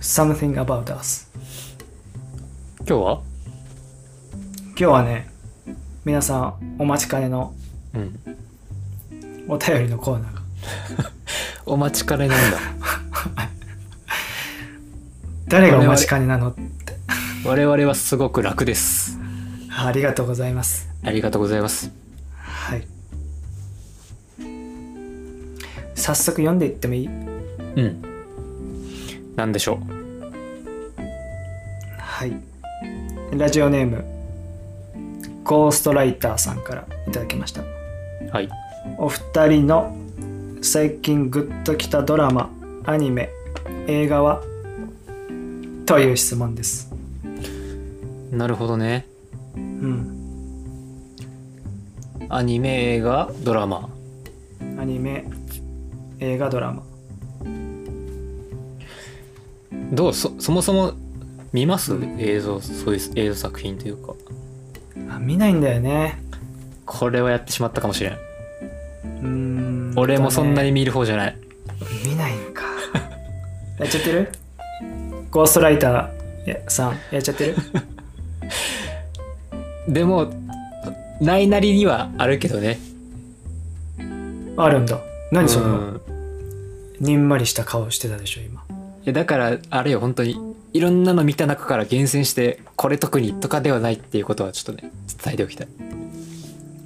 something about us 今日は今日はね皆さんお待ちかねのうん。お便りのコーナーがお待ちかねなんだ。誰がお待ちかねなの我々はすごく楽です。ありがとうございますありがとうございます。はい早速読んでいってもいいうん。なんでしょはいラジオネームゴーストライターさんからいただきましたう。はい。お二人の最近グッときたドラマアニメ映画はという質問ですなるほどね。うんアニメ、映画、ドラマ。アニメ映画ドラマどうそ、そもそも見ます映像、そういう映像作品というか。あ見ないんだよねこれはやってしまったかもしれん。うーん俺もそんなにとね見る方じゃない。見ないんか やっちゃってるゴーストライターさんやっちゃってるでも、ないなりにはあるけどね。あるんだ何その、うんにんまりした顔してたでしょ今いやだからあれよ本当にいろんなの見た中から厳選してこれ特にとかではないっていうことはちょっとね伝えておきたい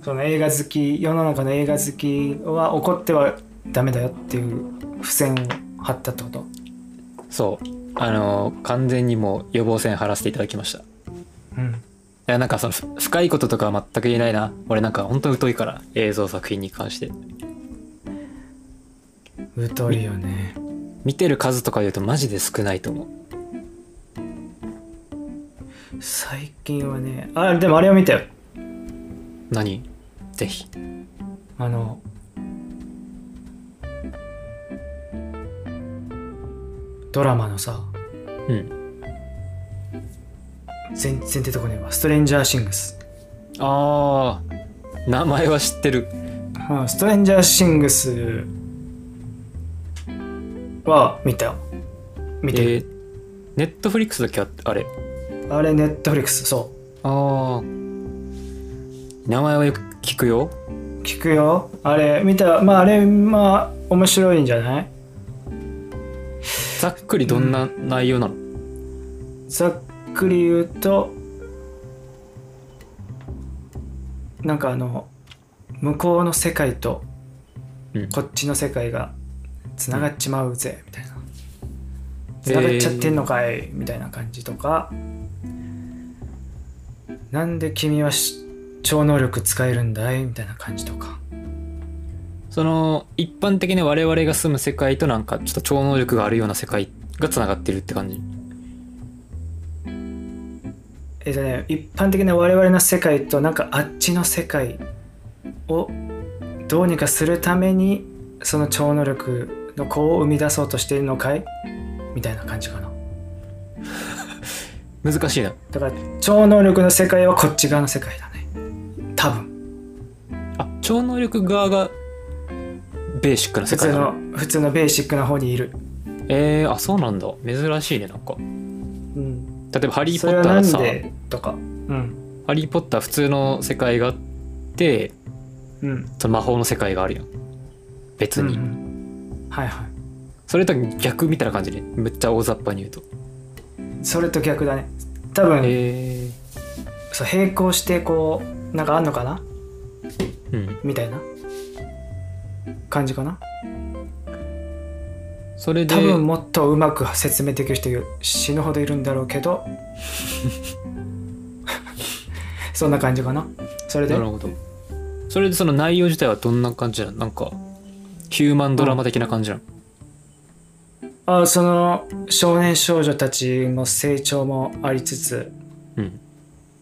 その映画好き世の中の映画好きは怒ってはダメだよっていう付箋を貼ったってことそうあのー完全にもう予防線張らせていただきましたいうんやなんかそのふ深いこととかは全く言えないな俺なんか本当に疎いから映像作品に関して疎いよね見てる数とか言うとマジで少ないと思う最近はねあでもあれを見たよ何ぜひあのドラマのさうん全然出てこねえわストレンジャーシングスあー名前は知ってるうんストレンジャーシングスは見たよ見てる、えネットフリックスだっけああれあれネットフリックスそあー名前はよく聞くよう聞くよあれ見たまああれまあ面白いんじゃないざっくりどんな内容なの、ざっくり言うとなんかあの向こうの世界とうんこっちの世界がつながっちまうぜみたいなつえーながっちゃってんのかいみたいな感じとかなんで君はし超能力使えるんだいみたいな感じとかその一般的に我々が住む世界となんかちょっと超能力があるような世界がつながってるって感じえっとね一般的な我々の世界となんかあっちの世界をどうにかするためにその超能力の子を生み出そうとしているのかいみたいな感じかな難しいなだから超能力の世界はこっち側の世界だね多分あ超能力側がベーシックな世普通界なのの普通のベーシックな方にいる、えー、あそうなんだ珍しいねなんかうん、例えば「ハリー・そポれッはター」ながんさでとかうん「ハリー・ポッター」普通の世界があってうんその魔法の世界があるやん別に、うんうんはいはいそれと逆みたいな感じでめっちゃ大雑把に言うとそれと逆だね多分、えそう並行してこうなんかあんのかなー、うんみたいな感じかなそれで多分もっとうまく説明できる人死ぬほどいるんだろうけどそんな感じかなそれでなるうほどそれでその内容自体はどんな感じなのなんかヒューマンドラマ的な感じなの、あその少年少女たちの成長もありつつうん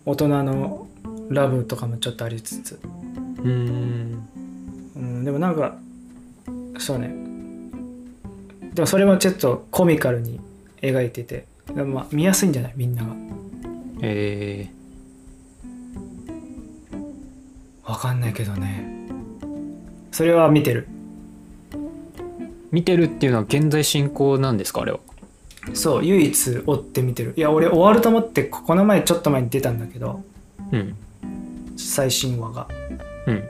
大人のラブとかもちょっとありつつ、うーんうん、でもなんかそうねでもそれもちょっとコミカルに描いててでもまあ見やすいんじゃないみんながえわかんないけどねそれは見てるー、見てるっていうのは現在進行なんですかあれはそう唯一追って見てるいや俺終わると思ってここの前ちょっと前に出たんだけどうん最新話がうん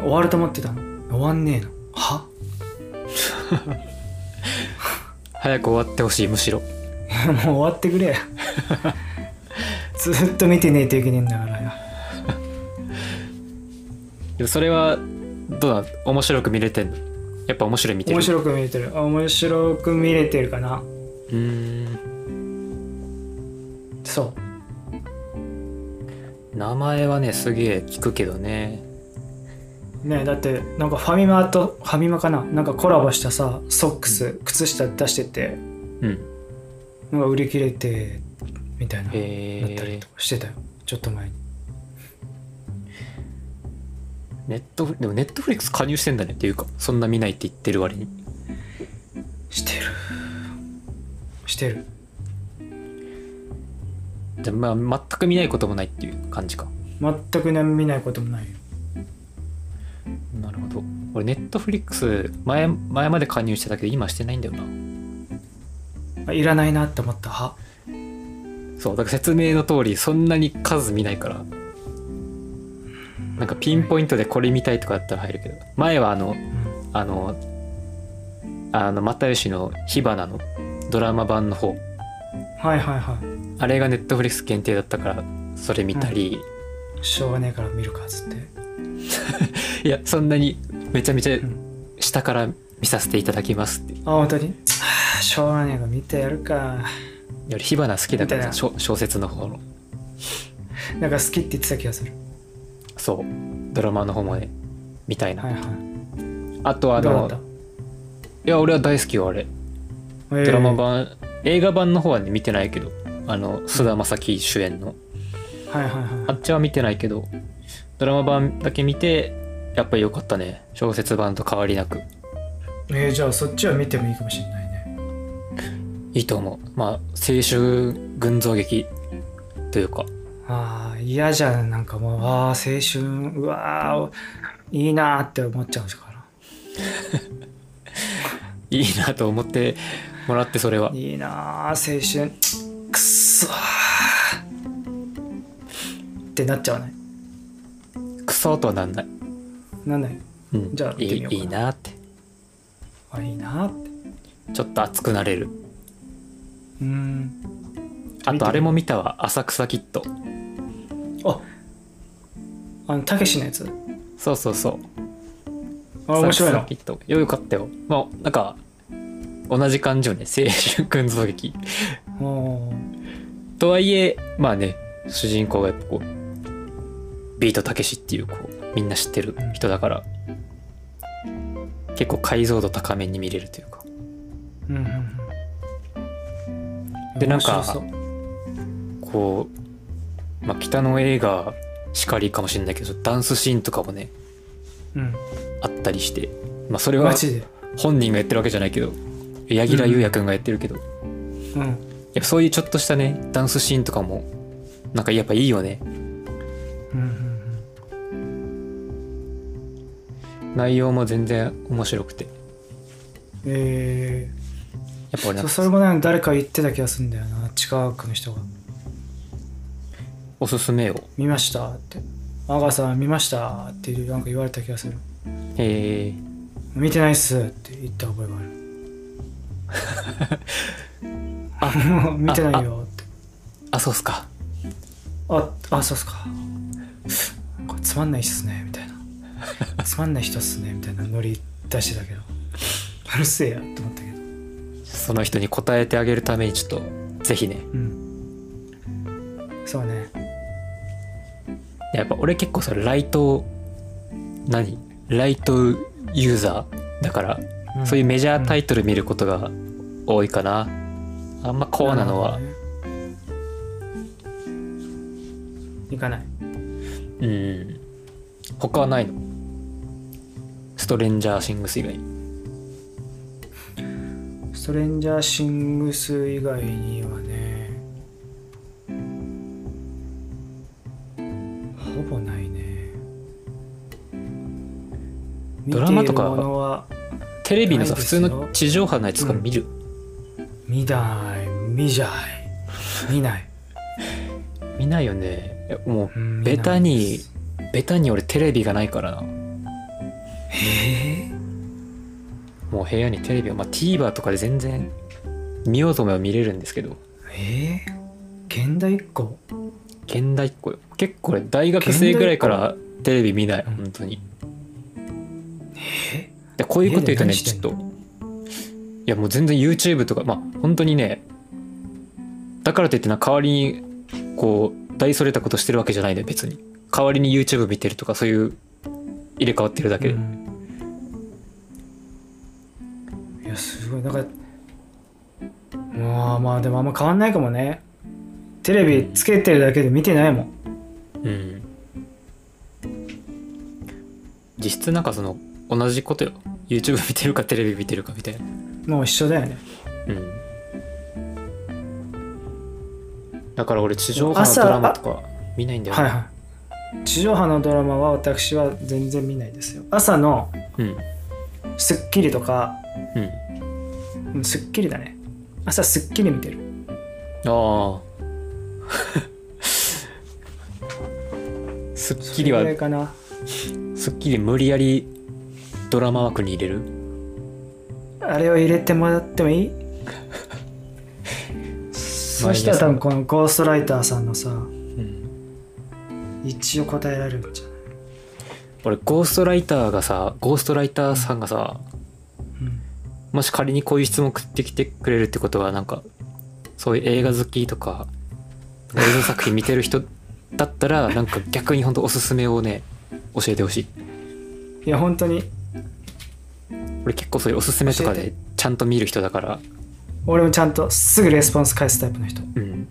終わると思ってたの終わんねえのは 早く終わってほしいむしろいやもう終わってくれ ずっと見てねえといけねえんだからよでもそれはどうなの面白く見れてんのやっぱ面白い見てる面白く見れてるあ面白く見れてるかなうーんそ名前はねすげえ聞くけどねうねえだってなんかファミマとファミマかななんかコラボしたさソックス、靴下出しててうんなんか売り切れてみたいな、へなったりえとかしてたよちょっと前にネットフでもネットフリックス加入してんだねっていうかそんな見ないって言ってる割にしてるしてるじゃあまあ全く見ないこともないっていう感じか全く何見ないこともないよなるほど俺ネットフリックス前前まで加入してたけど今してないんだよなあいらないなって思ったはそうだから説明の通りそんなに数見ないからなんかピンポイントでこれ見たいとかだったら入るけど前はあのうんあのあの又吉の火花のドラマ版の方はいはいはあれがネットフリックス限定だったからそれ見たり、いしょうがねえから見るかっつっていやそんなにめちゃめちゃん下から見させていただきますってあ本当にはあしょうがねえから見てやるかより火花好きだかみたいらな小小説の方のなんか好きって言ってた気がするそうドラマの方もねみたいな、はいはいあとあどのうだっいや俺は大好きよあれたえードラマ版、映画版の方はね見てないけどあの菅田将暉主演のはいはいはいあっちは見てないけどドラマ版だけ見てやっぱり良かったね小説版と変わりなくえー、じゃあそっちは見てもいいかもしれないねいいと思うまあ青春群像劇というかああ嫌じゃんなんかもうああ青春うわーいいなーって思っちゃうかいいなと思ってもらってそれはらいいなー青春くっそーってなっちゃわないクソとはなんない、なんないうん、じゃあい見てみいようかないいなってあいいなーってちょっと熱くなれるうーんあ見てみよとうあれも見たわ「浅草キッドああのたけしのやつ」そうそうそうあ面白いサのクサクっとよよかったよまあなんか同じ感じよね青春群像劇おーとはいえまあね主人公がやっぱこうビートたけしっていうこうみんな知ってる人だから結構解像度高めに見れるというかうんうんうんでなんか面白そうこう、まあ、北の映画しかりかもしれないけどダンスシーンとかもねうんあったりして、まあ、それはマジで本人がやってるわけじゃないけど柳楽優弥君がやってるけど、うんやっぱそういうちょっとしたねダンスシーンとかもなんかやっぱいいよねうんうん内容も全然面白くてうんえーやっぱ俺そうなんかそれもね誰か言ってた気がするんだよな近くの人がおすすめを「見ました」って「阿川さん見ました」ってなんか言われた気がするえ「見てないっす」って言った覚えがある あ見てないよってー、あそうっすかああそうっすかこれつまんないっすねみたいなつまんない人っすねみたいなノリ出してたけどうるせえやと思ったけどその人に答えてあげるためにちょっとぜひねうんそうねやっぱ俺結構それライト何ライトユーザーだから、んそういうメジャータイトル見ることが多いかなあんまコアなのはるほどねいかないうん他はないのストレンジャーシングス以外ストレンジャーシングス以外にはねほぼないねドラマとか見ているものはテレビのさない普です通よの地上波のやつとか見る、見ない見じゃい見ない、見ないよねえもうんうベ見タないにですベタに俺テレビがないからなえもう部屋にテレビを、まあ、TVer とかで全然見ようと思えば見れるんですけどー、えー、現代っ子現代っ子よ結構俺大学生ぐらいからテレビ見ない現代っ子本当にえでこういうこと言うとね家でちょ何っしてんといやもう全然 YouTube とかまあ本当にねだからといってな代わりにこう大それたことしてるわけじゃないで別に代わりに YouTube 見てるとかそういう入れ替わってるだけで、うんいやすごいなんかまあまあでもあんま変わんないかもねテレビつけてるだけで見てないもんうん実質なんかその同じことよ YouTube 見てるかテレビ見てるかみたいなもう一緒だよねうんだから俺地上波のドラマとか見ないんだよね、はいはい地上波のドラマは私は全然見ないですよ朝のうん『スッキリ』とかうんうん『スッキリ』だね朝『スッキリ』見てる ああスッキリそれはぐらいかなスッキリ無理やりドラマ枠に入れるあれを入れてもらってもい いそしたら多分このゴーストライターさんのさうん一応答えられるんじゃない、俺ゴーストライターがさゴーストライターさんがさうんもし仮にこういう質問送ってきてくれるってことはなんかそういう映画好きとか映像作品見てる人だった らなんか逆に本当おすすめをね教えてほしいいや本当に俺結構そういうおすすめとか教えでちゃんと見る人だから俺もちゃんとすぐレスポンス返すタイプの人うん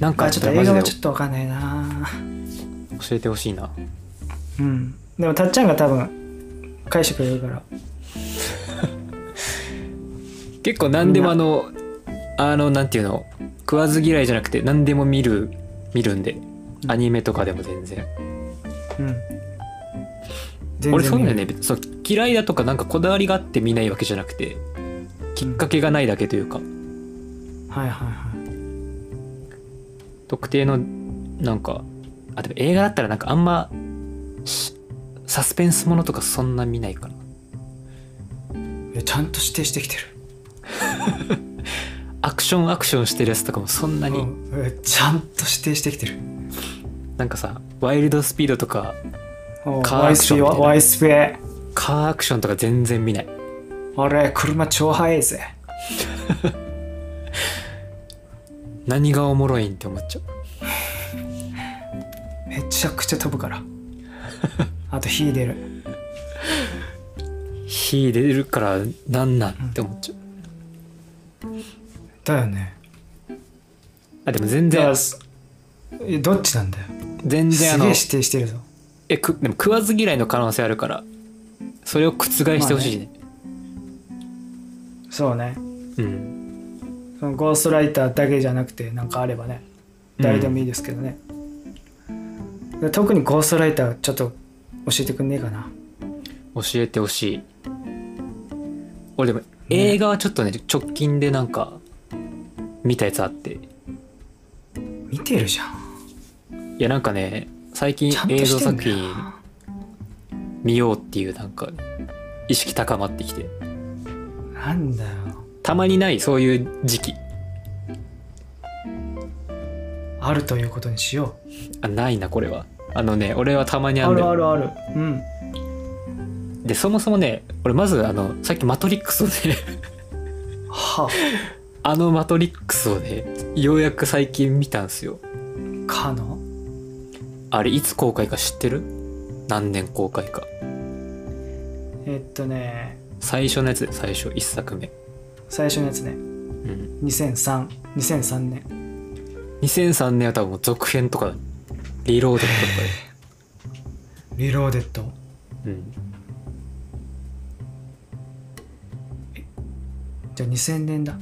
なんかああっちょったとら映マジ画ではちょっとわかんないな教えてほしいなうんでもたっちゃんが多分返してくれるから結構何でもあのあのなんていうの食わず嫌いじゃなくて何でも見る見るんでうんアニメとかでも全然うん全俺そう見だなよいね別にそう嫌いだとかなんかこだわりがあって見ないわけじゃなくてきっかけがないだけというかはいはいはい特定のなんかあでも映画だったらなんかあんましサスペンスものとかそんな見ないからいやちゃんと指定してきてるアクションアクションしてるやつとかもそんなに、うんうんちゃんと指定してきてるなんかさワイルドスピードとかおカーアクションみたいな YSP カーアクションとか全然見ない俺車超速いぜ何がおもろいんって思っちゃうめちゃくちゃ飛ぶから あと火出る火出るからなんなんって思っちゃう、だよねあでも全だか然らすえどっちなんだよ全すげ然えあの指定してるぞえくでも食わず嫌いの可能性あるからそれを覆してほしいね,、そうねうんそのゴーストライターだけじゃなくてなんかあればね誰でもいいですけどね、で特にゴーストライターちょっと教えてくんねえかな教えてほしい俺でも映画はちょっとね直近でなんか見たやつあってい見てるじゃんやなんかね最近ちゃんと映像してん作だよ品な見ようっていうなんか意識高まってきてなんだよたまにないそういう時期あるということにしようあないなこれはあのね俺はたまにああんるだよあるあるうんでそもそもね俺まずあのさっき「マトリックス」をね はあの「マトリックス」をねようやく最近見たんすよかのあれいつ公開か知ってる何年公開かえっとね最初のやつ最初1作目最初のやつねうん2003 2003年2003年は多分もう続編とかリロードとかリローデッドで、うん、じゃあ2000年だ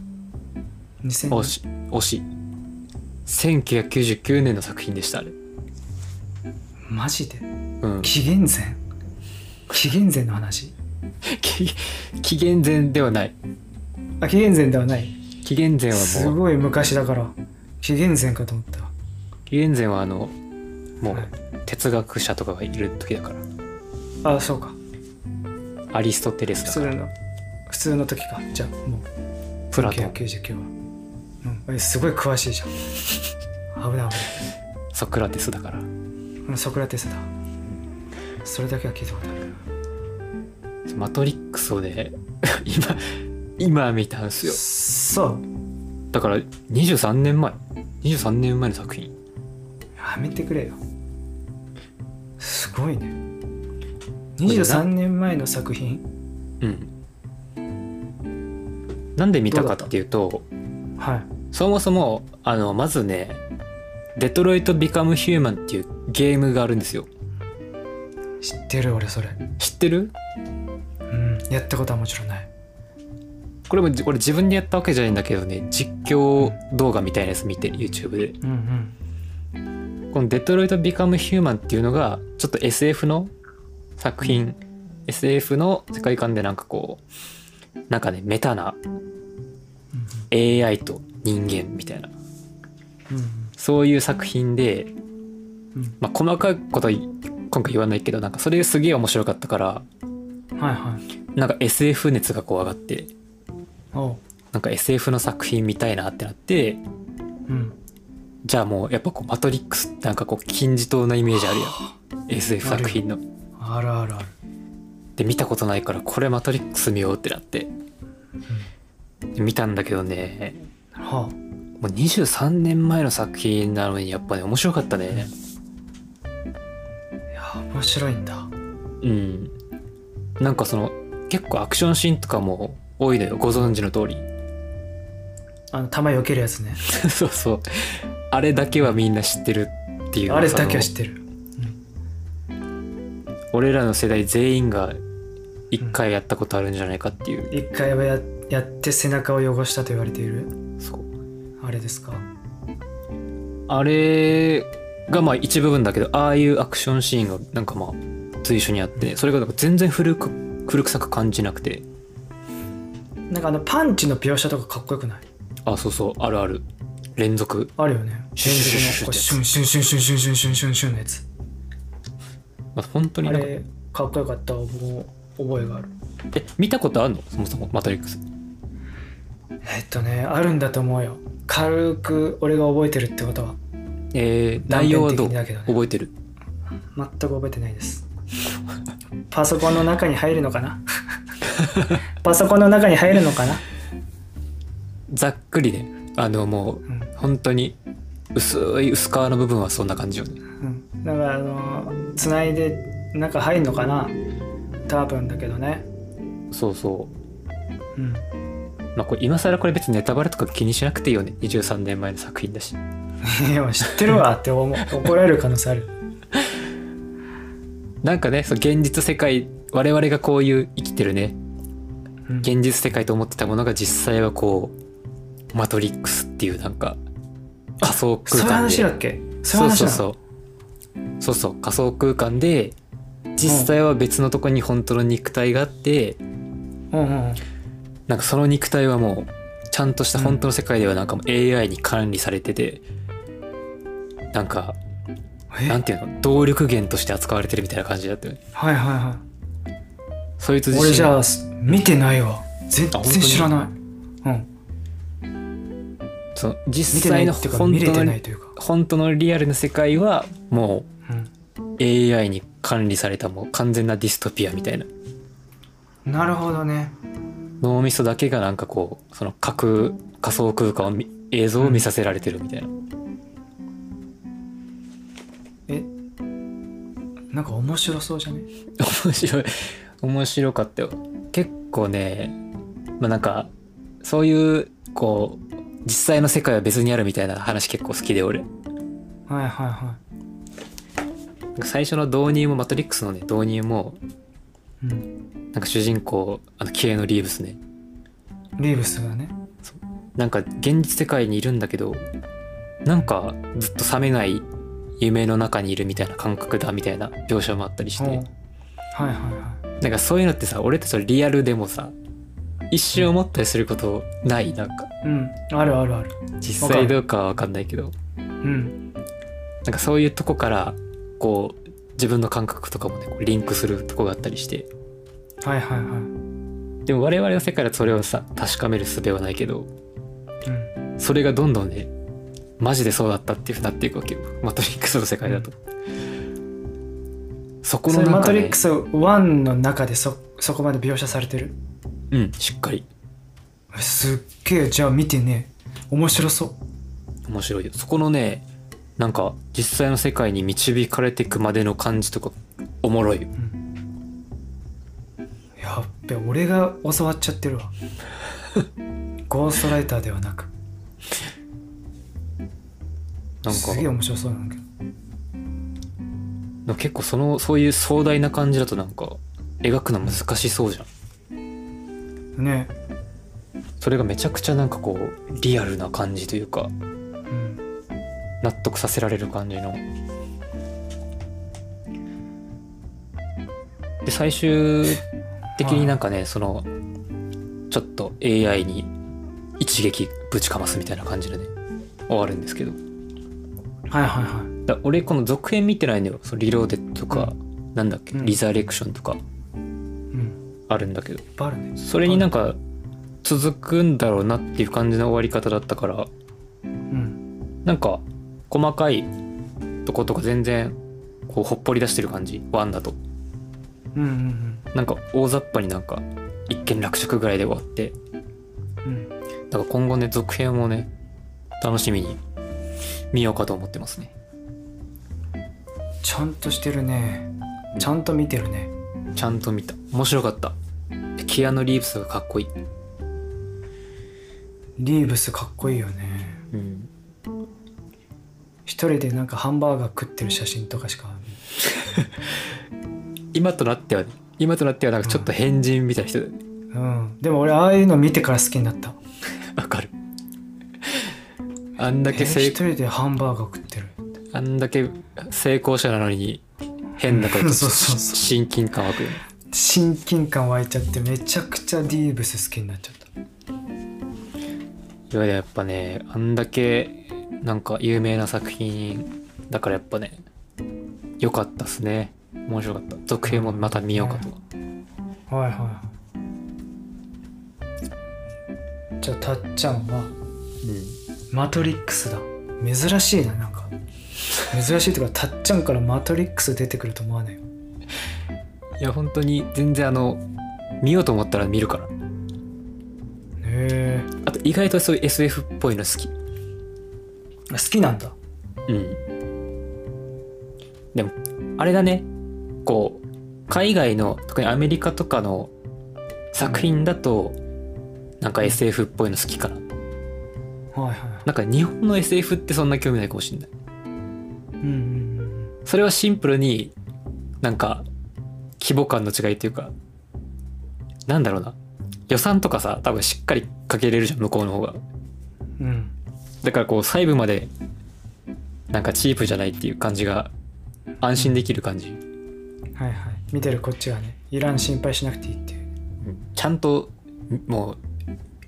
2000惜年し惜しい1999年の作品でしたあれマジでうん紀元前紀元前の話き紀元前ではないあ紀元前ではない紀元前すはもうごい昔だから紀元前かと思った紀元前はあのもはいう哲学者とかがいる時だからあそうかアリストテレス普だ通からの普通の時かじゃあもうプラトン1999は、うんえ、すごい詳しいじゃん危ない危ないソクラテスだからうんソクラテスだそれだけは聞いたことあるマトリックスをね 今今見たんですよそうだから23年前23年前の作品やめてくれよすごいねれな23年前の作品うんなんで見たかっていうとはいそもそもあのまずね「デトロイト・ビカム・ヒューマン」っていうゲームがあるんですよ知ってる俺それ知ってるうんやったことはもちろんないこれもじ俺自分でやったわけじゃないんだけどね実況動画みたいなやつ見て YouTube でうんうんこの「デトロイト・ビカム・ヒューマン」っていうのがちょっと SF の作品、SF の世界観でなんかこうなんかねメタな AI と人間みたいなうんうんそういう作品で、うんまあ、細かいことは今回言わないけどなんかそれすげえ面白かったからうんはいはいなんか SF 熱がこう上がっておうなんか SF の作品見たいなってなってうんじゃあもうやっぱこう「マトリックス」ってなんかこう金字塔なイメージあるや ん SF 作品の。あるあるあるで見たことないからこれ「マトリックス」見ようってなって、で見たんだけどねはもう23年前の作品なのにやっぱね面白かったね。あいや面白いんだうん、なんかその結構アクションシーンとかも多いのよご存知の通り あの弾避けるやつねそうそうあれだけはみんな知ってるっていうあれだけは知そってるの俺らの世代全員が一回やったことあるんじゃないかっていう、一回はややって背中を汚したと言われているそうあれですかあれがまあ一部分だけどああいうアクションシーンがなんかまあ随所にあってね、それがなんか全然古く古臭く感じなくてなんかあのパンチの描写とかかっこよくないあそうそうあるある連続あるよねシュシュシュシュシュ連続のこうシュンシュンシュンシュンシュンシュンシュンシュンシュンのやつまあ本当にあなんかれかっこよかった覚え覚えがあるえ見たことあるのそもそも「マトリックス」えっとねあるんだと思うよ軽く俺が覚えてるってことはえー内容はど断う片的だけどね覚えてる全く覚えてないですパソコンの中に入るのかなパソコンの中に入るのかな、ざっくりねあのもううん本当に薄い薄皮の部分はそんな感じよねうん、だからあのつないで中入るのかな多分だけどねそうそううん まあこれ今更これ別にネタバレとか気にしなくていいよね23年前の作品だしいや知ってるわって思う怒られる可能性あるなんかねそう現実世界我々がこういう生きてるねうん現実世界と思ってたものが実際はこうマトリックスっていうなんか仮想そうい空う間で話だっけそういうそう話そなうのそうそうそう仮想空間で実際は別のとこに本当の肉体があって、うんうんうんなんかその肉体はもうちゃんとした本当の世界ではなんかもう AI に管理されてて、なんかえなんていうの動力源として扱われてるみたいな感じだったよねはいはいはそいいつ自身俺じゃあす見てないわ全あ本当然に知らないうんその見実てない際のっていうか本見れ当てのないというか、本当のリアルな世界はもう AI に管理されたもう完全なディストピアみたいなうん、なるほどね脳みそだけがなんかこうその架空仮想空間を見映像を見させられてるみたいな、えなんか面白そうじゃね面白い面白かったよ結構ねまあなんかそういうこう実際の世界は別にあるみたいな話結構好きで俺はいはいはなんか最初の導入も「マトリックス」のね導入もい、うん、なんか主人公あのキエノ・リーブスねリーブスがねなんか現実世界にいるんだけどなんかずっと覚めない夢の中にいるみたいな感覚だみたいな描写もあったりしうんてはいはいはなんかそういうのってさ俺たちのリアルでもさい一瞬思ったりすることないなんかうんあるあるある実際どうかは分かんないけどうんなんかそういうとこからこう自分の感覚とかもねこうリンクするとこがあったりしてはいはいはでも我々の世界だとそれをさ確かめる術はないけどいうんそれがどんどんねマジでそうだったっていうふうになっていくわけよマトリックスの世界だと。そこそのれマ中トリでック、ス1の中でそそこまで描写されてるうん、しっかりすっげえじゃあ見てね面白そう面白いよそこのねなんか実際の世界に導かれていくまでの感じとかおもろいよやっべ俺が教わっちゃってる わゴーストライターではなくなんかすげえ面白そうなんだけどなんか結構そのそういう壮大な感じだとなんか描くの難しそうじゃんねそれがめちゃくちゃなんかこうリアルな感じというかうん納得させられる感じので最終的になんかね、そのちょっと AI に一撃ぶちかますみたいな感じでね終わるんですけどはいはいはいだ俺この続編見てないのよそのリローデッドとか、なんだっけ、うんリザレクションとかうんあるんだけどいっぱいあるねそれになんか続くんだろうなっていう感じの終わり方だったからうんなんか細かいとことか全然こうほっぽり出してる感じワンだとうんうんなんか大雑把になんか一見落着ぐらいで終わってうんうんだから今後ね続編をね楽しみに見ようかと思ってますねちゃんとしてるねちゃんと見てるねちゃんと見た面白かったキアヌ・リーブスがかっこいい、リーブスかっこいいよねうん、一人でなんかハンバーガー食ってる写真とかしか今となってはね今となってはなんかちょっと変人みたいな人だよねうんでも俺ああいうの見てから好きになったわ かるあんだえけ一成人でハンバーガー食ってるあんだけ成功者なのに変なことそうそうそう親近感湧くよね親近感湧いちゃってめちゃくちゃディーブス好きになっちゃったいわゆるやっぱねあんだけなんか有名な作品だからやっぱね良かったっすね面白かった続編もまた見ようかと、はいはいはいじゃあたっちゃんはうん、 「マトリックスだ」珍しいななんか珍しいというかたっちゃんから「マトリックス」出てくると思わないよいや本当に全然あの見ようと思ったら見るからへえあと意外とそういう SF っぽいの好き好きなんだうん。でも、あれだね、こう、海外の、特にアメリカとかの作品だと、なんか SF っぽいの好きかな。はいはなんか日本の SF ってそんな興味ないかもしれない。いうんうんうんそれはシンプルに、なんか、規模感の違いっていうか、なんだろうな。予算とかさ、多分しっかりかけれるじゃん、向こうの方が。うんうんだからこう、細部まで、なんかチープじゃないっていう感じが、安心できる感じ。はいはい見てるこっちはねいらん心配しなくていいっていうちゃんともう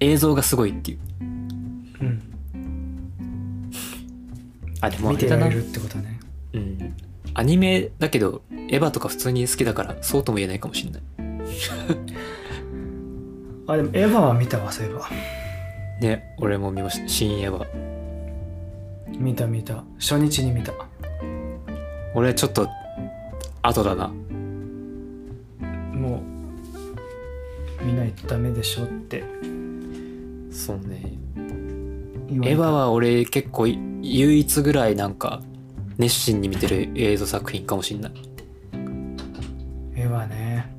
映像がすごいっていううんあでもあ見れてだらなれるってことねうんアニメだけどエヴァとか普通に好きだからそうとも言えないかもしれないあでもエヴァは見たわそういえばね俺も見ました新エヴァ見た見た初日に見た俺ちょっと後だなもう見ないとダメでしょってそうね言わエれヴァたは俺結構い唯一ぐらいなんか熱心に見てる映像作品かもしれないエヴァね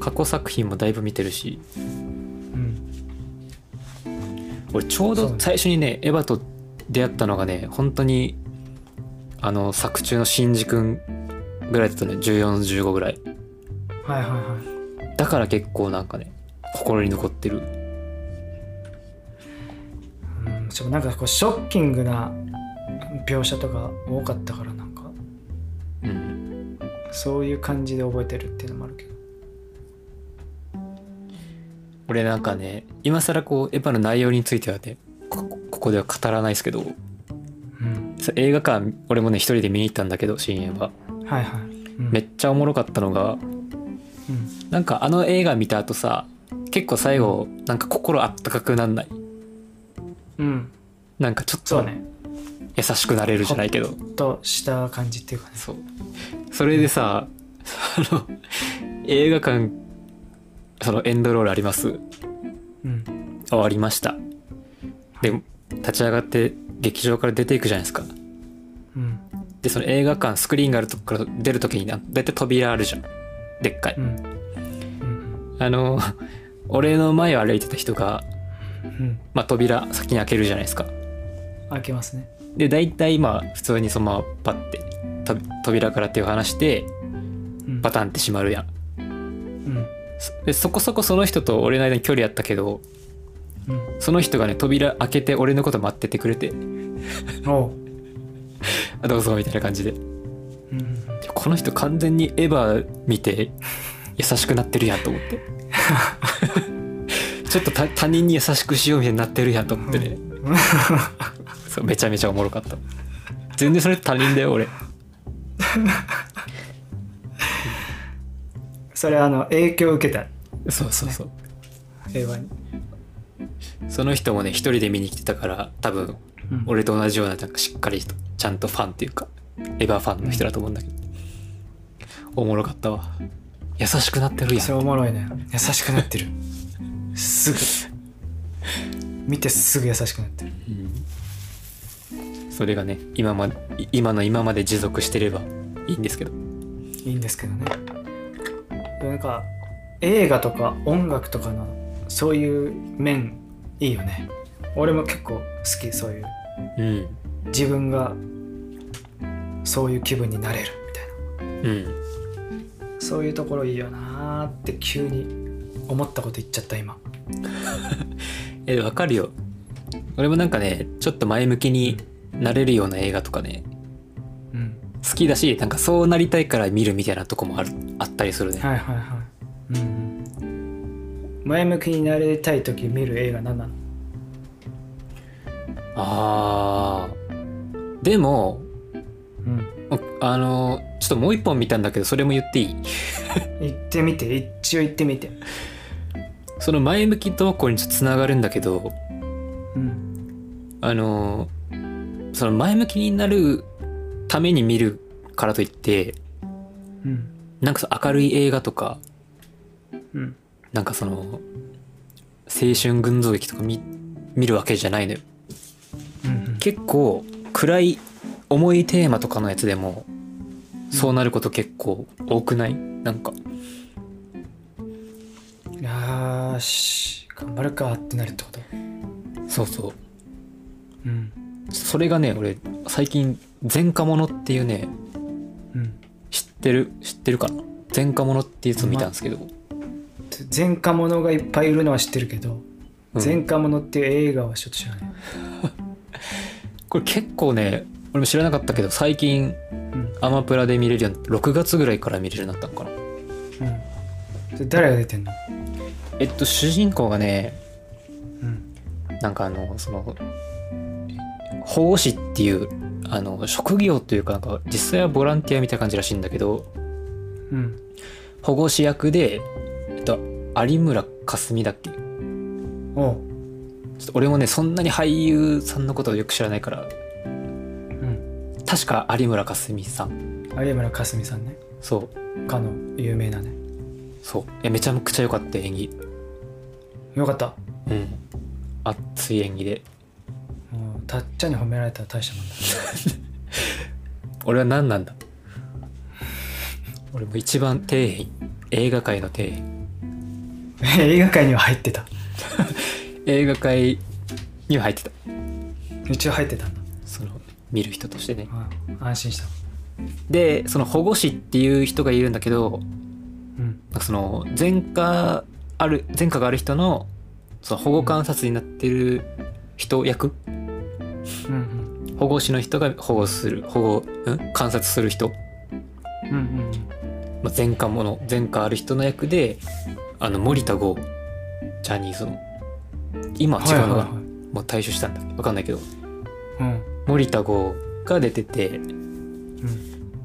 過去作品もだいぶ見てるしうん俺ちょうど最初にねエヴァと出会ったのがね本当にあの作中のシンジ君ぐらいだったね1415ぐらいはいはいはいだから結構なんかね心に残ってるうんしかもなんかこうショッキングな描写とか多かったからなんかうんそういう感じで覚えてるっていうのもあるけど俺なんかね今更こうエヴァの内容についてはねこここでは語らないですけどうん、そう映画館俺もね一人で見に行ったんだけど深夜ははいはい、うんめっちゃおもろかったのがうんなんかあの映画見た後さ結構最後なんか心あったかくなんないうん、なんかちょっそうとね優しくなれるじゃないけどちょっとした感じっていうかねそうそれでさあの映画館そのエンドロールありますうん終わりましたで立ち上がって劇場から出ていくじゃないですかうんでその映画館スクリーンがあるとこから出る時にな大体扉あるじゃんでっかいうんうんあの俺の前を歩いてた人が、うんまあ、扉先に開けるじゃないですか開けますねで大体まあ普通にそのままパッてと扉から手を離してうんパタンって閉まるやんうんそでそこそこその人と俺の間に距離あったけどうんその人がね扉開けて俺のこと待っててくれておう「あどうぞ」みたいな感じでうんうんこの人完全にエヴァ見て優しくなってるやんと思って ちょっと他他人に優しくしようみたいになってるやんと思ってね、そうめちゃめちゃおもろかった全然それ他人だよ俺それはあの影響を受けたそうそうそう映画に、その人もね一人で見に来てたから多分うん、俺と同じようななんかしっかりとちゃんとファンっていうかエヴァファンの人だと思うんだけど、おもろかったわ優しくなってるやんそれおもろいね優しくなってるすぐ見てすぐ優しくなってるうんそれがね今までい今の今まで持続してればいいんですけどいいんですけどねでもなんか映画とか音楽とかのそういう面いいよね俺も結構好きそういううん自分がそういう気分になれるみたいうんなそういうところいいよなーって急に思ったこと言っちゃった今えわかるよ俺もなんかねちょっと前向きになれるような映画とかねうん好きだしなんかそうなりたいから見るみたいなとこもあるあったりするねはいはいはい、うんうん、前向きになりたい時見る映画何なのあーでもうんおあのちょっともう一本見たんだけどそれも言っていい行ってみて一応行ってみてその前向き投稿にちょっとつながるんだけどうんあのその前向きになるために見るからといってうんなんかその明るい映画とかうんなんかその青春群像劇とか見見るわけじゃないのようん結構暗い重いテーマとかのやつでもそうなること結構多くないなんかうんよーし頑張るかってなるってことそうそううんそれがね俺最近「前科者」っていうねうん知ってる知ってるかな前科者っていうやつを見たんですけど、前科者がいっぱいいるのは知ってるけど、うん前科者っていう映画はちょっと知らないこれ結構ね俺も知らなかったけど最近うんアマプラで見れるように6月ぐらいから見れるようになったのかなうんそれ誰が出てんのえっと主人公がねうんなんかあのその保護士っていうあの職業というかなんか実際はボランティアみたいな感じらしいんだけどうん保護士役で、えっと、有村架純だっけちょおうっと俺もねそんなに俳優さんのことをよく知らないからうん確か有村架純さん有村架純さんねそうかの有名なねそうえめちゃくちゃ良かった演技よかったうん熱い演技でもうたっちゃんに褒められたら大したもんだ俺は何なんだ俺も一番底辺映画界の底辺 映画界には入ってた映画界には入ってた一応入ってたんだその見る人としてねあ安心したでその保護士っていう人がいるんだけどうんなんかその前科ある前科がある人のその保護観察になってる人役うん保護士の人が保護する保護、ん、観察する人、うんうんまあ、前科者前科ある人の役であの森田剛ジャニーズの今は違うのかな、はいはいはいもう退所したんだっけわかんないけどうん、森田剛が出てて、い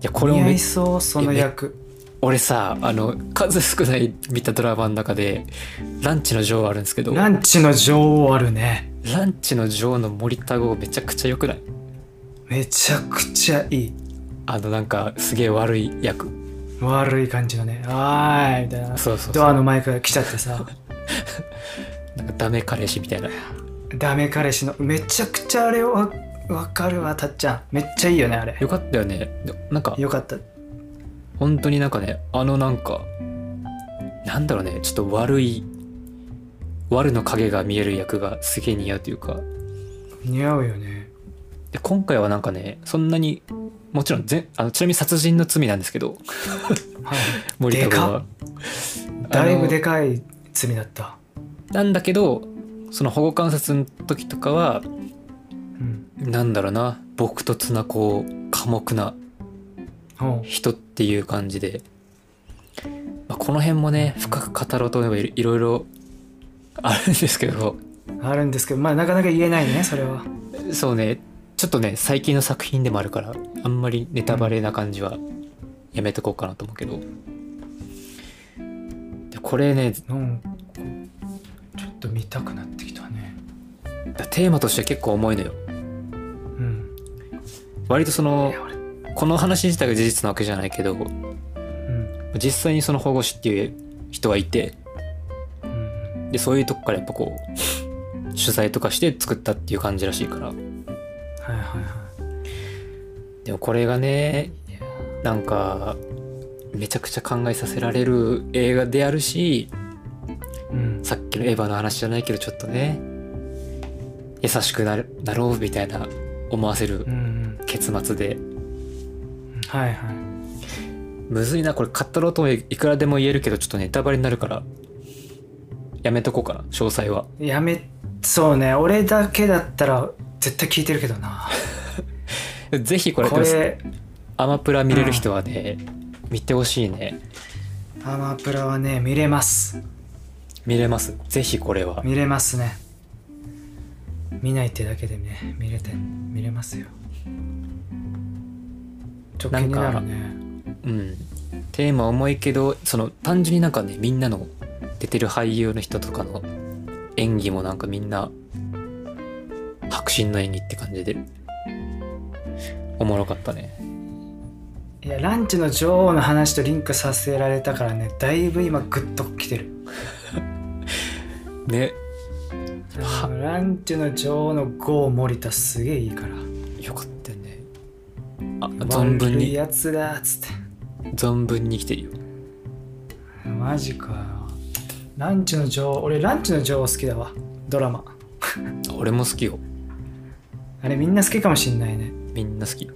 やこれも似合めいそうその役俺さあの数少ない見たドラマの中で「ランチの女王」あるんですけど「ランチの女王あるねランチの女王」の森田剛めちゃくちゃ良くないめちゃくちゃいいあのなんかすげえ悪い役悪い感じのね「あーい」みたいなそうそうそドうアの前から来ちゃって さなんかダメ彼氏みたいなダメ彼氏のめちゃくちゃあれわわかるわたっちゃんめっちゃいいよねあれよかったよねでなんかよかった本当になんかねあのなんかなんだろうねちょっと悪い悪の影が見える役がすげえ似合うというか似合うよねで今回はなんかねそんなにもちろんぜあのちなみに殺人の罪なんですけどはい森田剛はだいあのぶでかい罪だったなんだけどその保護観察の時とかはうんなんだろうな朴突なこう寡黙なほ人っていう感じで、まあ、この辺もね深く語ろうと思えばいいろいろあるんですけどうあるんですけどまあなかなか言えないねそれはそうねちょっとね最近の作品でもあるからあんまりネタバレな感じはやめとこうかなと思うけどでこれねうんちょっと見たくなってきたねテーマとして結構重いのようん割とそのいや俺うこの話自体が事実なわけじゃないけどん実際にその保護士っていう人はいてうんでそういうとこからやっぱこう取材とかして作ったっていう感じらしいからはいはいはでもこれがねいいやなんかめちゃくちゃ考えさせられる映画であるしうんさっきのエヴァの話じゃないけどちょっとね優しくなるなろうみたいな思わせるうんうん結末ではいはいむずいなこれ語ろうともいくらでも言えるけどちょっとネタバレになるからやめとこうかな詳細はやめそうね俺だけだったら絶対聞いてるけどなぜひこれこでもれアマプラ見れる人はね、見てほしいねアマプラはね見れます見れますぜひこれは見れますね見ないってだけでね見れて見れますよちょっと気になるねうんテーマ重いけどその単純になんかねみんなの出てる俳優の人とかの演技もなんかみんな迫真の演技って感じでおもろかったねいやランチの女王の話とリンクさせられたからねだいぶ今グッときてるねはうんランチの女王の郷森田すげえいいからよかったよねあ存分悪いにやつだっつって存分に来てるよマジかよランチの女王俺ランチの女王好きだわドラマ俺も好きよあれみんな好きかもしんないねみんな好き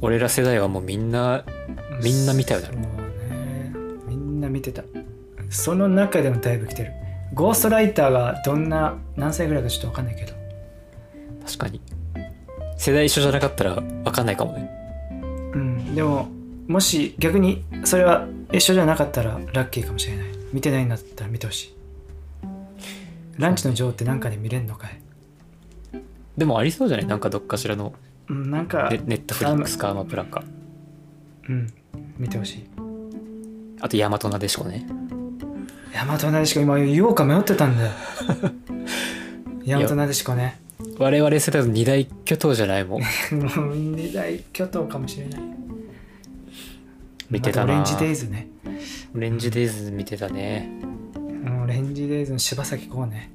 俺ら世代はもうみんなみんな見たよねそうねみんな見てたその中でもだいぶ来てるゴーストライターがどんな何歳ぐらいかちょっと分かんないけど確かに世代一緒じゃなかったら分かんないかもねうんでももし逆にそれは一緒じゃなかったらラッキーかもしれない見てないんだったら見てほしいランチの女王ってなんかで見れんのかい、でもありそうじゃないなんかどっかしらのうん、なんか、ネネットフリックスかアマプラかうん見てほしいあと大和なでしこね大和なでしこ今言おうか迷ってたんだ よ大和なでしこね我々世代の二大巨頭じゃな いもんもう二大巨頭かもしれない見てたあとなオレンジデイズねオレンジデイズ見てたねもうレンジデイズの柴咲コウね。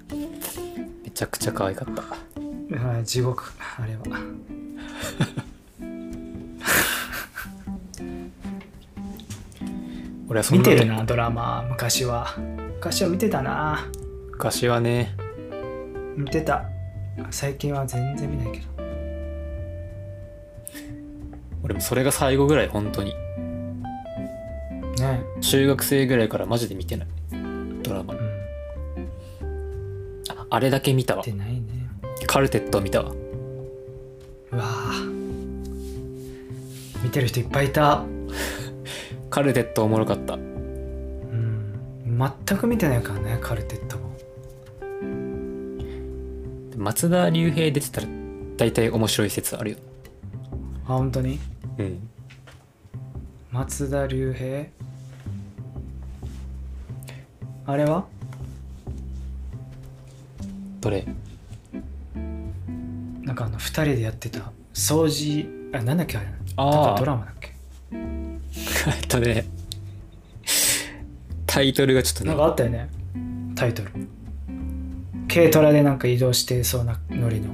めちゃくちゃ可愛かったうわ地獄、あれは。俺はそん見なてるな、ドラマ、昔は。昔は見てたな。昔はね見てた。最近は全然見ないけど。俺もそれが最後ぐらい本当にね中学生ぐらいからマジで見てないドラマうん。ああれだけ見たわ見てないね。カルテット見たわうわぁ。見てる人いっぱいいた。カルテットおもろかったうん。全く見てないからねカルテットも松田龍平出てたら大体面白い説あるよ、あ本当にうん、松田龍平あれはどれなんかあの2人でやってた掃除あなんだっけあれなんあかあ ドラマだっけえっとねタイトルがちょっとなんねかあったよねタイトル軽トラでなんか移動してそうなノリの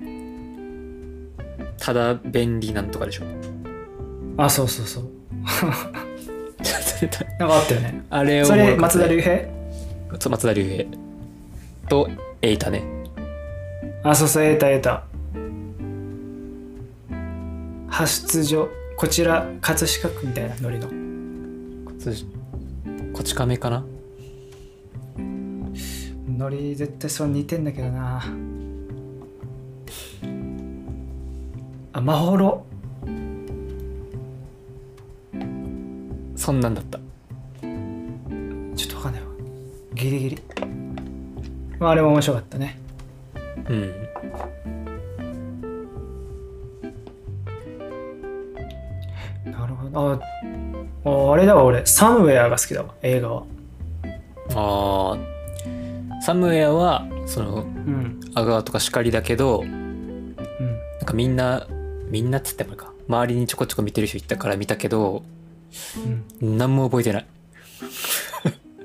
うんただ便利なんとかでしょ あそうそうそうなんかあったよねあれをそれ松田龍平そう松田龍平とエイタねあそうそう得た得た派出所こちら葛飾区みたいなノリのこっちこち亀かなノリ絶対そう似てんだけどなあまほろそんなんだったちょっとわかんないわギリギリまああれも面白かったねうんなるほどあああれだわ俺サムウェアが好きだわ映画はあーサムウェアはそのうんアガーとかシカリだけどうんなんかみんなみんなっつってもあれか周りにちょこちょこ見てる人いたから見たけどうん何も覚えてない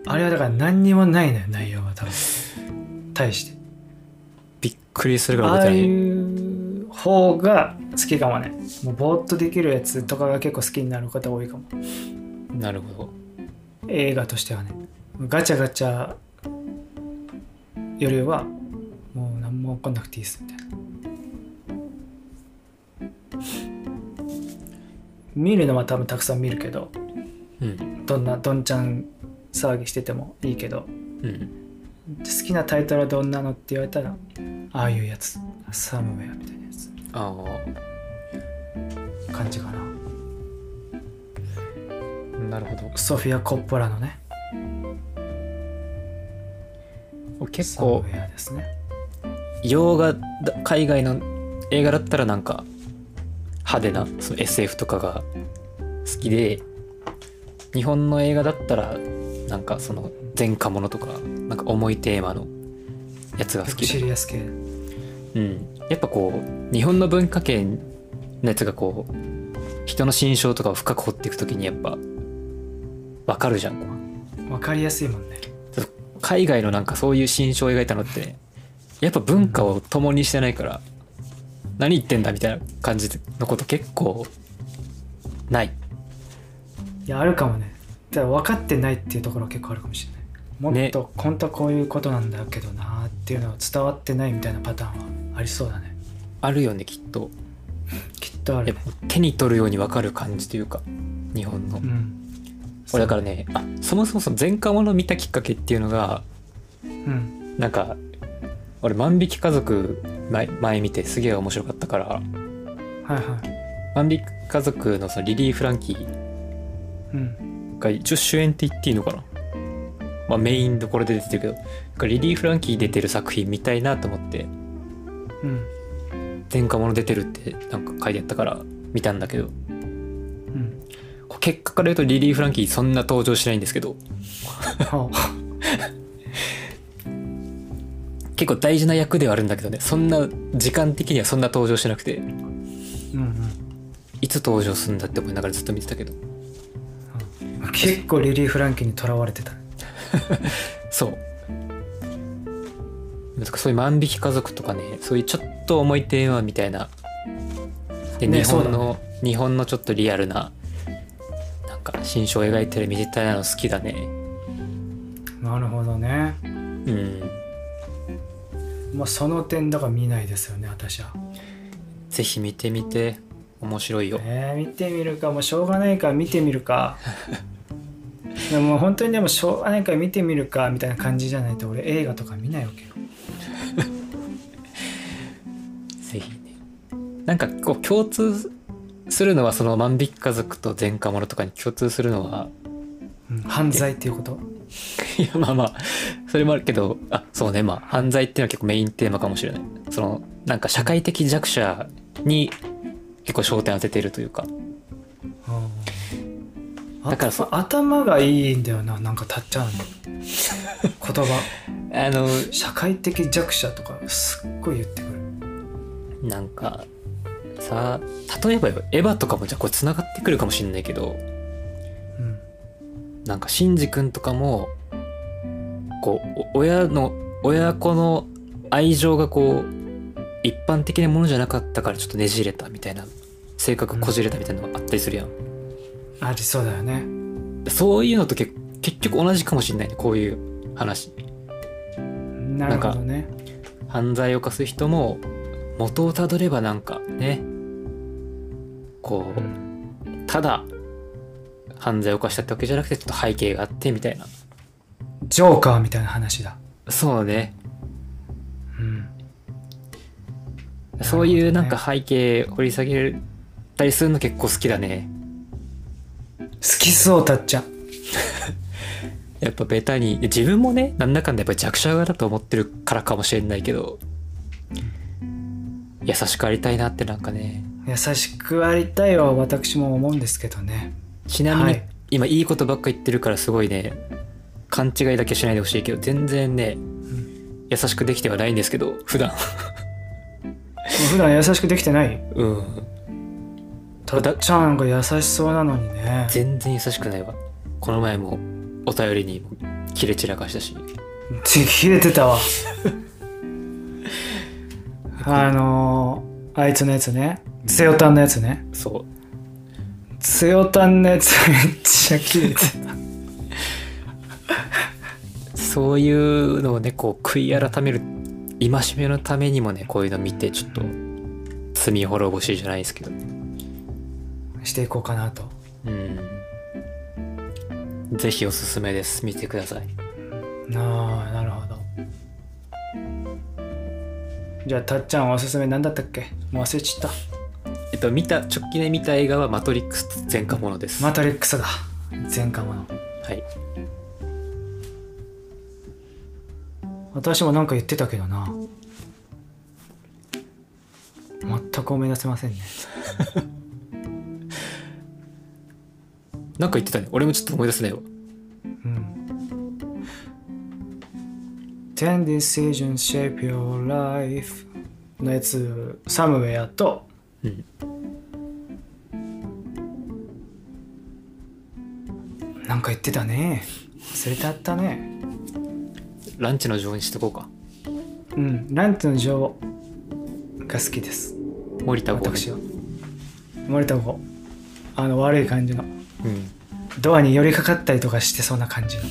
あれはだから何にもないのよ内容は多分対してびっくりするぐらあいあ覚えいてないう方が好きかもねもうぼーっとできるやつとかが結構好きになる方多いかもなるほど映画としてはねガチャガチャよりはもう何も起こんなくていいですみたいな見るのは多分たくさん見るけどうんどんなどんちゃん騒ぎしててもいいけどうん好きなタイトルはどんなのって言われたらああいうやつサムウェアみたいなやつああ感じかななるほどソフィア・コッポラのね俺結サムウ構ェアですね洋画だ海外の映画だったらなんか派手なその SF とかが好きで日本の映画だったらなんかその前科者とかなんか重いテーマのやつが好きシリアス系うん、やっぱこう日本の文化圏のやつがこう人の心象とかを深く掘っていくときにやっぱわかるじゃんこうわかりやすいもんね海外のなんかそういう心象を描いたのってやっぱ文化を共にしてないから何言ってんだみたいな感じのこと結構ないいやあるかもねただ分かってないっていうところは結構あるかもしれないもっと、本当はこういうことなんだけどなーっていうのは伝わってないみたいなパターンはありそうだねあるよねきっときっとあやるっねぱ手に取るようにわかる感じというか日本のうん俺だからねあそもそもその前科者を見たきっかけっていうのがうんなんか俺「万引き家族前」前見てすげえ面白かったからはいはい「万引き家族の」そのリリー・フランキーうんが一応主演って言っていいのかな、まあ、メインどころで出てるけどなんかリリー・フランキー出てる作品見たいなと思ってうん前科者出てるってなんか書いてあったから見たんだけど うんこう結果から言うとリリー・フランキーそんな登場しないんですけどほ結構大事な役ではあるんだけどねそんな時間的にはそんな登場しなくてううんいつ登場するんだって思いながらずっと見てたけどうん結構リリー・フランキーにとらわれてたねそう。なんかそういう万引き家族とかね、そういうちょっと重いテーマみたいな。で、ね日本そうの、日本のちょっとリアルな、なんか心象を描いてる見せたいなの好きだね。なるほどねうん。まあその点だから見ないですよね私はぜひ見てみて、面白いよ。えー、見てみるかもうしょうがないから見てみるかでももう本当にでもしょうがないから見てみるかみたいな感じじゃないと俺映画とか見ないわけよぜひね。なんかこう共通するのは、その万引き家族と前科者とかに共通するのは、うん犯罪っていうこと いやまあまあそれもあるけどあそうねまあ犯罪っていうのは結構メインテーマかもしれないそのなんか社会的弱者に結構焦点当ててるというかあだからそ頭頭がいいんだよななんかたっちゃんの言葉あの社会的弱者とかすっごい言ってくるなんかさ例えばよエヴァとかもじゃあこれ繋がってくるかもしれないけどうんなんかシンジ君とかもこうお親の親子の愛情がこう一般的なものじゃなかったからちょっとねじれたみたいな性格こじれたみたいなのがあったりするやん、ありそうだよねそういうのとけ結局同じかもしれないねこういう話なるほどね犯罪を犯す人も元をたどればなんかねこううんただ犯罪を犯したってわけじゃなくてちょっと背景があってみたいなジョーカーみたいな話だ、そうねうん、そういうなるなほどんねか背景掘り下げたりするの結構好きだね好きそうたっちゃんやっぱベタに自分もねなんだかんだやっぱ弱者側だと思ってるからかもしれないけど優しくありたいなってなんかね優しくありたいは私も思うんですけどねちなみに、はい今いいことばっか言ってるからすごいね勘違いだけしないでほしいけど全然ね、優しくできてはないんですけど 普段普段優しくできてないうんたっちゃんが優しそうなのにね全然優しくないわこの前もお便りにもキレ散らかしたしち切れてたわあのー、あいつのやつねセヨタンのやつねそうセヨタンのやつ めっちゃ切れてたそういうのをねこう悔い改める戒めのためにもねこういうの見てちょっと罪滅ぼしじゃないですけどしていこうかなとうんぜひおすすめです見てくださいああなるほどじゃあたっちゃんおすすめ何だったっけもう忘れちゃっえっと見た直近で見た映画は「マトリックス前科者」でたす、マトリックスだ前科者はい私もなんか言ってたけどな全く思い出せませんねなんか言ってたね俺もちょっと思い出せないわうん。10 decisions shape your life のやつ、サムウェアと、うんなんか言ってたね。忘れてあったね。ランチの情にしとこうかうん、ランチの女王が好きです。森田剛私は。森田剛。あの、悪い感じの。うんドアに寄りかかったりとかしてそうな感じの。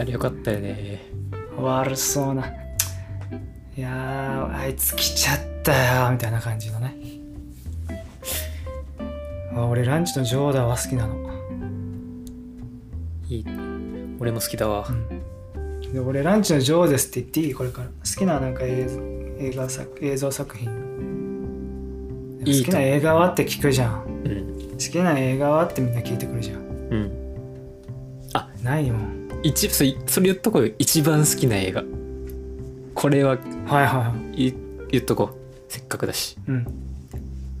あれよかったよね悪そうな「いやーあいつ来ちゃったよ」みたいな感じのねあ俺ランチの女王だわ好きなの、いい俺も好きだわうんで俺ランチの女王ですって言っていいこれから好きななんか映映画作映像作品でもいい好ときな映画はって聞くじゃんうん好きな映画はってみんな聞いてくるじゃんうんないもん一それそれ言っとこうよ一番好きな映画これははいはいはいい言っとこうせっかくだしうん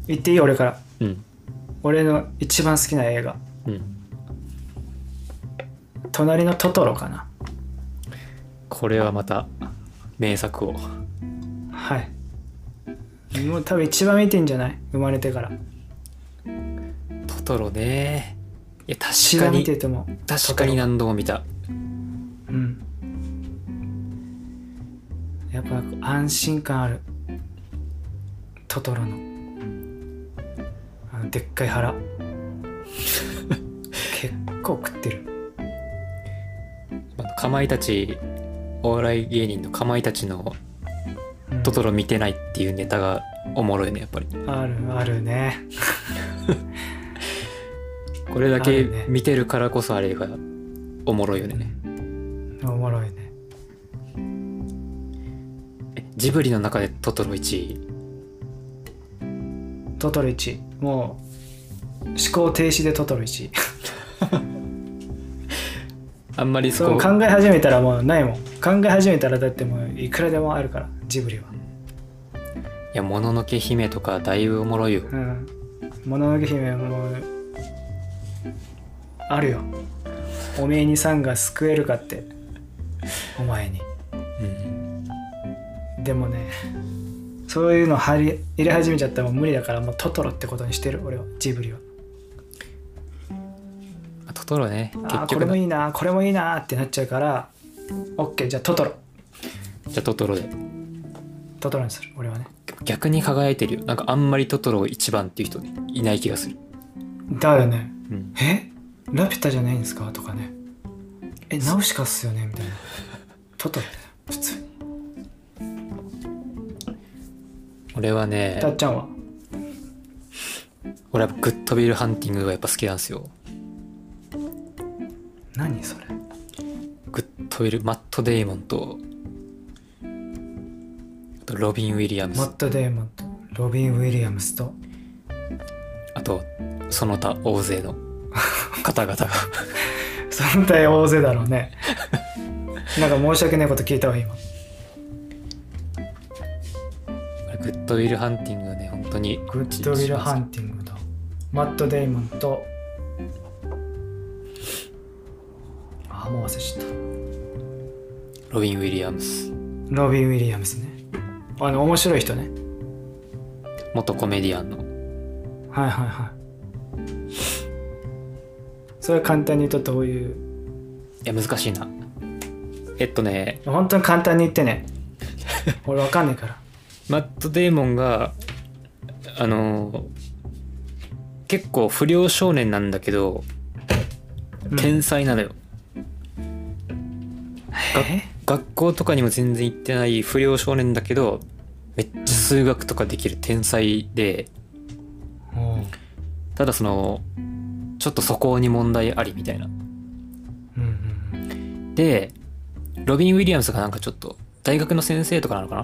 言っていい俺からうん俺の一番好きな映画うん「隣のトトロ」かなこれはまた名作をはいもう多分一番見てんじゃない生まれてからトトロねいや一確か番見にてても確かに何度も見たうんやっぱ安心感あるトトロのあのでっかい 腹結構食ってるあのかまいたちお笑い芸人のかまいたちのうん「トトロ見てない」っていうネタがおもろいねやっぱりあるあるねこれだあけるね見てるからこそあれがおもろいよねおもろいねえジブリの中でトトロ1位トトロ1もう思考停止でトトロ1あんまりそそうこ考え始めたらもうないもん考え始めたらだってもういくらでもあるからジブリは、いやもののけ姫とかだいぶおもろいようん、もののけ姫はもうあるよおめえにさんが救えるかってお前にうんでもねそういうの入り入れ始めちゃったらもう無理だからもうトトロってことにしてる俺はジブリはあトトロねあ結ーこ局れもないいなこれもいいなってなっちゃうからオッケーじゃあトトロじゃあトトロでトトロにする俺はね逆に輝いてるよなんかあんまりトトロを一番っていう人いない気がする、だよねうん、えラピュタじゃないんですかとかねえナウシカっすよねみたいなトトロだよ普通に俺はねたっちゃんは俺はグッドビルハンティングがやっぱ好きなんですよ何それグッドウィルマット・デイモンとあとロビン・ウィリアムマッスト・デーモンとロビン・ウィリアムスと あとその他大勢の方々がその他大勢だろう ねなんか申し訳ないこと聞いたわ今グッドウィル・ハンティングはね本当にグッド・ウィル・ハンティングとマット・デーモンとあもう忘れちゃったロビン・ウィリアムスロビン・ウィリアムスねあの面白い人ね元コメディアンのはいはいはいそれは簡単に言うとどういういや難しいなえっとね本当に簡単に言って ね俺わかんないからマット・デイモンがあの結構不良少年なんだけどうん天才なのよ、え学校とかにも全然行ってない不良少年だけどめっちゃ数学とかできる天才でおうただそのちょっと素行に問題ありみたいなうんうんでロビン・ウィリアムスがなんかちょっと大学の先生とかなのかな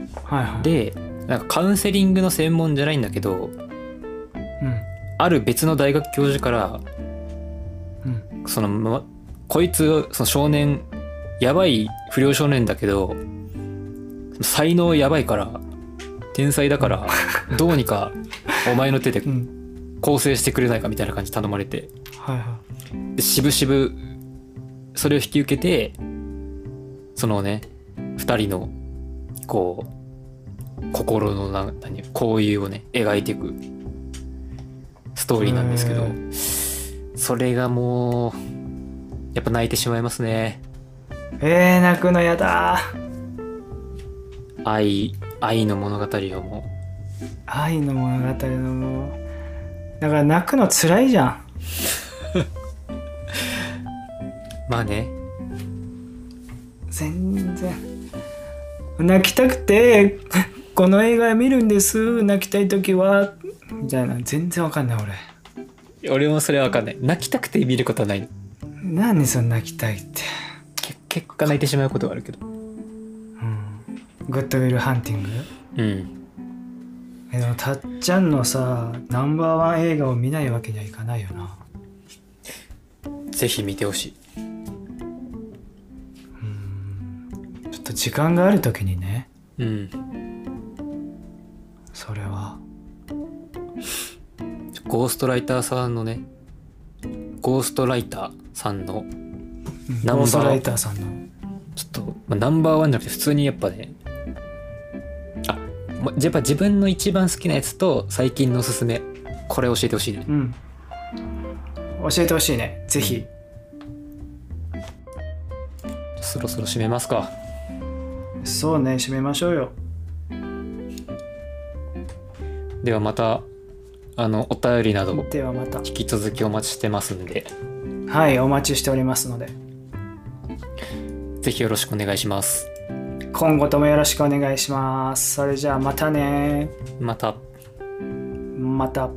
うんはいはい、でなんかカウンセリングの専門じゃないんだけどうんある別の大学教授からうんその、ま、こいつその少年やばい不良少年だけど才能やばいから天才だからどうにかお前の手でうん構成してくれないかみたいな感じで頼まれてはいはで渋々それを引き受けてそのね2人のこう心のな何交友をね描いていくストーリーなんですけへどそれがもうやっぱ泣いてしまいますねいえー、泣くのやだ愛愛の物語をも愛の物語のもうだから泣くの辛いじゃんうまあね全然泣きたくて この映画見るんです泣きたい時はみたいな全然わかんない俺俺もそれは分かんない泣きたくて見ることはない何その泣きたいって、け結果泣いてしまうことはあるけどうん、グッドウィルハンティングうんえでもたっちゃんのさナンバーワン映画を見ないわけにはいかないよなぜひ見てほしいちょっと時間がある時にねうんそれはゴーストライターさんのね、ゴーストライターさんの、うんナンバーゴーストライターさんのちょっと、まあ、ナンバーワンじゃなくて、普通にやっぱね、あ、ま、やっぱ自分の一番好きなやつと最近のおすすめ、これ教えてほしいね。うん教えてほしいねぜひそろそろ締めますか。そうね締めましょうよではまた、あの、お便りなど、ではまた引き続きお待ちしてますんで、はいお待ちしておりますのでぜひよろしくお願いします。今後ともよろしくお願いしますそれじゃあまたねまた。また